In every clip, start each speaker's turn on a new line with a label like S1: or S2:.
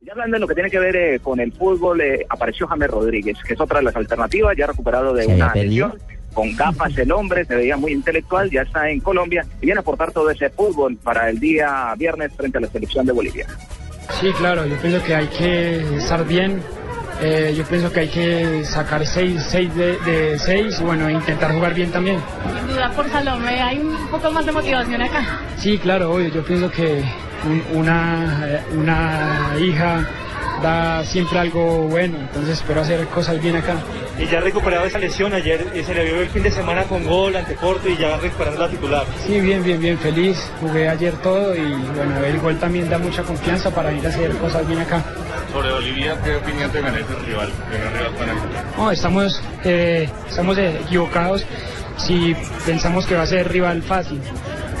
S1: Ya hablando de lo que tiene que ver eh, con el fútbol, eh, apareció James Rodríguez, que es otra de las alternativas, ya recuperado de
S2: ¿Se
S1: una
S2: había perdido?
S1: lesión, con gafas el hombre, se veía muy intelectual, ya está en Colombia y viene a aportar todo ese fútbol para el día viernes frente a la selección de Bolivia.
S3: Sí, claro, yo pienso que hay que estar bien. eh, yo pienso que hay que sacar 6 seis, de, de seis, bueno, e intentar jugar bien también.
S4: Sin duda por Salomé hay un poco más de motivación acá.
S3: Sí, claro, obvio, yo pienso que un- una, eh, una hija da siempre algo bueno, entonces espero hacer cosas bien acá.
S5: Y ya ha recuperado esa lesión, ayer eh, se le vio el fin de semana con gol ante Porto y ya recuperando la titular.
S3: Sí, bien, bien, bien, feliz. Jugué ayer todo y bueno, el gol también da mucha confianza para ir a hacer cosas bien acá.
S6: Sobre Bolivia, ¿qué opinión te merece el rival? El rival para el...
S3: No, estamos, eh, estamos eh, equivocados si pensamos que va a ser rival fácil.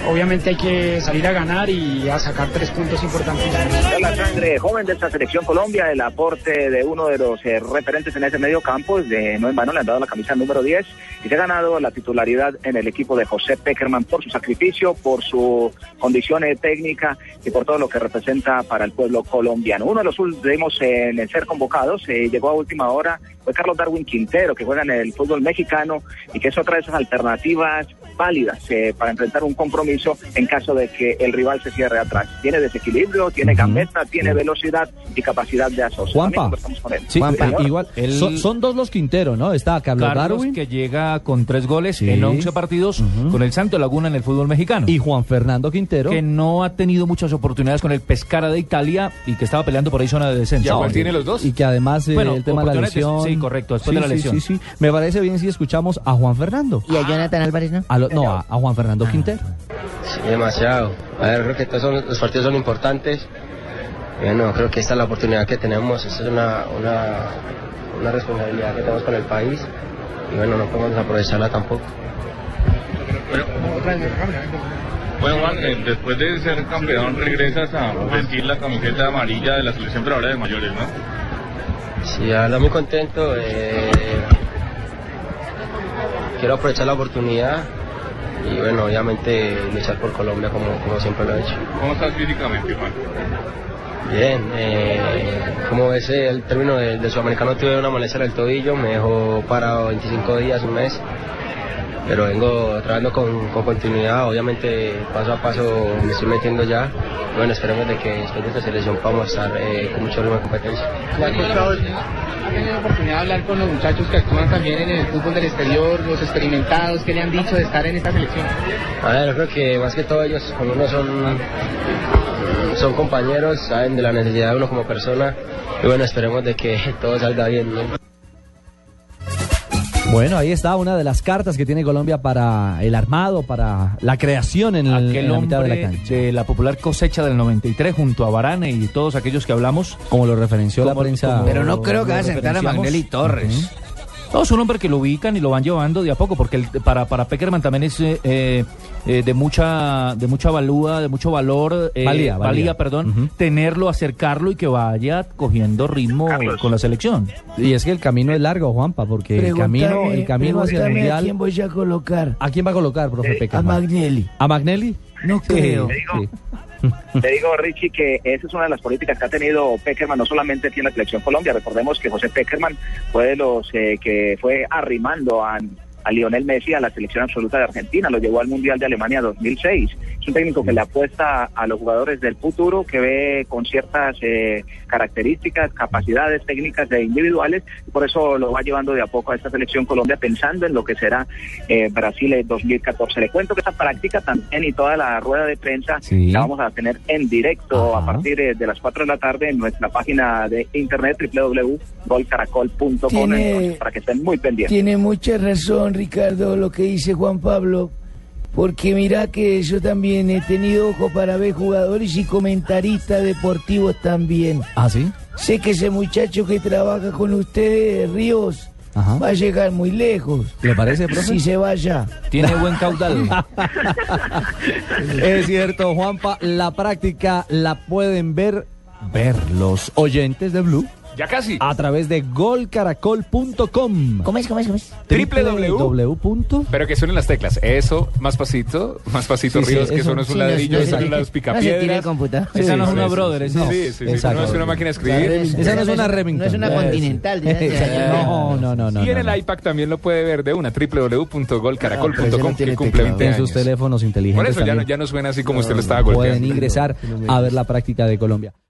S3: Obviamente hay que salir a ganar y a sacar tres puntos importantes.
S1: Ya la sangre joven de esta selección Colombia, el aporte de uno de los eh, referentes en ese medio campo, de no en vano le han dado la camisa número 10 y se ha ganado la titularidad en el equipo de José Peckerman por su sacrificio, por su condición eh, técnica y por todo lo que representa para el pueblo colombiano. Uno de los últimos en ser convocados eh, llegó a última hora fue Carlos Darwin Quintero, que juega en el fútbol mexicano y que es otra de esas alternativas válidas eh, para enfrentar un compromiso en caso de que el rival se cierre atrás. Tiene desequilibrio, tiene gambeta, tiene velocidad y capacidad de asocio.
S7: Juanpa.
S1: También conversamos con él.
S7: Sí,
S1: Señor.
S7: eh, igual.
S8: El-
S7: Son, son dos los Quintero, ¿no? Está Carlos
S8: Carlos,
S7: Darwin
S8: que llega con tres goles
S7: Sí.
S8: en 11 partidos
S7: Ujú.
S8: con el Santo Laguna en el fútbol mexicano.
S7: y Juan Fernando Quintero.
S8: que no ha tenido muchas oportunidades con el Pescara de Italia y que estaba peleando por ahí zona de descenso.
S7: No,
S8: No,
S7: y- Y que además eh,
S8: Bueno,
S7: el tema de la
S8: oportunidades,
S7: lesión.
S8: sí, correcto, después de la
S7: sí,
S8: lesión.
S7: Sí, sí, Me parece bien si escuchamos a Juan Fernando.
S2: ¿Y a Jonathan Álvarez no?
S7: A lo- no, a, a Juan Fernando Quintero.
S9: Sí, demasiado. A ver, creo que todos son- los partidos son importantes. Bueno, creo que esta es la oportunidad que tenemos. Esta es una, una, una responsabilidad que tenemos con el país. Y bueno, no podemos aprovecharla tampoco.
S6: Bueno, Juan, eh, después de ser campeón, regresas a vestir la camiseta amarilla de la selección, pero ahora de mayores, ¿no?
S9: Sí, ahora muy contento. eh, quiero aprovechar la oportunidad. Y bueno, obviamente luchar por Colombia como, como siempre lo he hecho.
S6: ¿Cómo estás físicamente, Juan?
S9: Bien, eh, como ves eh, el término de, de sudamericano tuve una molestia en el tobillo, me dejó parado 25 días, un mes, pero vengo trabajando con, con continuidad, obviamente Eh, paso a paso me estoy metiendo ya. Bueno, esperemos de que después de esta selección podamos estar eh, con mucho ritmo de competencia.
S3: ¿Ha tenido oportunidad de hablar con los muchachos que actúan también en el fútbol del exterior, los experimentados, qué le han dicho de estar en esta selección?
S9: A ver, yo creo que más que todo ellos, como uno son, son compañeros, saben de la necesidad de uno como persona, y bueno, esperemos de que todo salga bien. ¿no?
S7: Bueno, ahí está una de las cartas que tiene Colombia para el armado, para la creación en, el,
S8: aquel
S7: en la
S8: hombre
S7: mitad de la
S8: de
S7: cancha.
S8: la, popular cosecha del 93 junto a Barane y todos aquellos que hablamos.
S7: Como lo referenció la
S8: Como-
S7: prensa.
S8: como-
S2: Pero no creo que
S8: Lo
S2: va a sentar a
S8: referenciamos.
S2: Magnelli Torres.
S8: No, es un hombre que lo ubican y lo van llevando de a poco, porque el- para, para Peckerman también es eh, eh, eh, de mucha de mucha valúa, de mucho valor, eh,
S7: Valía, valía.
S8: perdón,
S7: Ujú.
S8: tenerlo, acercarlo y que vaya cogiendo ritmo
S10: Carlos.
S8: con la selección.
S7: Y es que el camino es largo, Juanpa, porque el camino, el camino hacia el
S2: pregúntame
S7: mundial.
S2: a quién voy a colocar.
S7: ¿A quién va a colocar, profe
S8: Eh,
S2: A
S7: Peckerman?
S2: Magnelli.
S7: ¿A Magnelli?
S2: No
S7: Sí,
S2: creo.
S7: sí.
S1: Te digo, Richie, que esa es una de las políticas que ha tenido Peckerman, no solamente aquí en la selección Colombia. Recordemos que José Peckerman fue de los eh, que fue arrimando a, a Lionel Messi a la selección absoluta de Argentina, lo llevó al Mundial de Alemania 2006. Es un técnico que le apuesta a los jugadores del futuro, que ve con ciertas eh, características, capacidades técnicas e individuales, y por eso lo va llevando de a poco a esta selección Colombia, pensando en lo que será eh, Brasil en 2014. Le cuento que esa práctica también y toda la rueda de prensa
S7: Sí.
S1: la vamos vamos a tener en directo
S7: Ajá.
S1: a partir eh, de las 4 de la tarde en nuestra página de internet www.golcaracol.com
S2: Tiene-
S1: entonces, para que estén muy pendientes.
S2: Tiene mucha razón, Ricardo, lo que dice Juan Pablo.
S8: Porque mira que yo también he tenido ojo para ver jugadores y comentaristas deportivos también.
S7: ¿Ah, sí?
S8: Sé que ese muchacho que trabaja con ustedes, Ríos,
S7: Ajá.
S8: va a llegar muy lejos.
S7: ¿Le parece, profe?
S8: Si se vaya.
S11: Tiene buen caudal.
S7: Es cierto, Juanpa, la práctica la pueden ver, ver los oyentes de Blue.
S9: Ya casi.
S7: A través de golcaracol.com. ¿Cómo es? ¿Cómo es? ¿Cómo es?
S9: Triple W.
S7: punto.
S9: Pero que suenen las teclas. Eso, más pasito, más pasito,
S7: Sí, sí,
S9: Ríos, que
S7: eso-
S9: eso no es un
S7: sí, no,
S9: ladrillo,
S7: no
S9: eso
S7: se-
S9: no es
S7: no
S9: los
S7: se
S9: picapiedras.
S8: tira el computador.
S9: Sí,
S7: Esa no es
S9: sí,
S7: una
S9: sí,
S7: brother,
S9: sí,
S7: esa-
S9: sí, sí, sí,
S7: Exacto.
S9: no es una máquina de escribir.
S7: Esa no es una Remington.
S8: No es una
S7: Eh,
S8: Continental, ya- ya-
S7: No, no, no, no.
S9: y en
S7: no, no.
S9: el iPad también lo puede ver de una, www.golcaracol.com,
S7: Ah,
S9: que cumple 20
S7: en
S9: años.
S7: sus teléfonos
S9: Por
S7: inteligentes.
S9: eso ya no,
S7: también
S9: ya no suena así como usted lo estaba golpeando.
S7: pueden ingresar a ver la práctica de Colombia.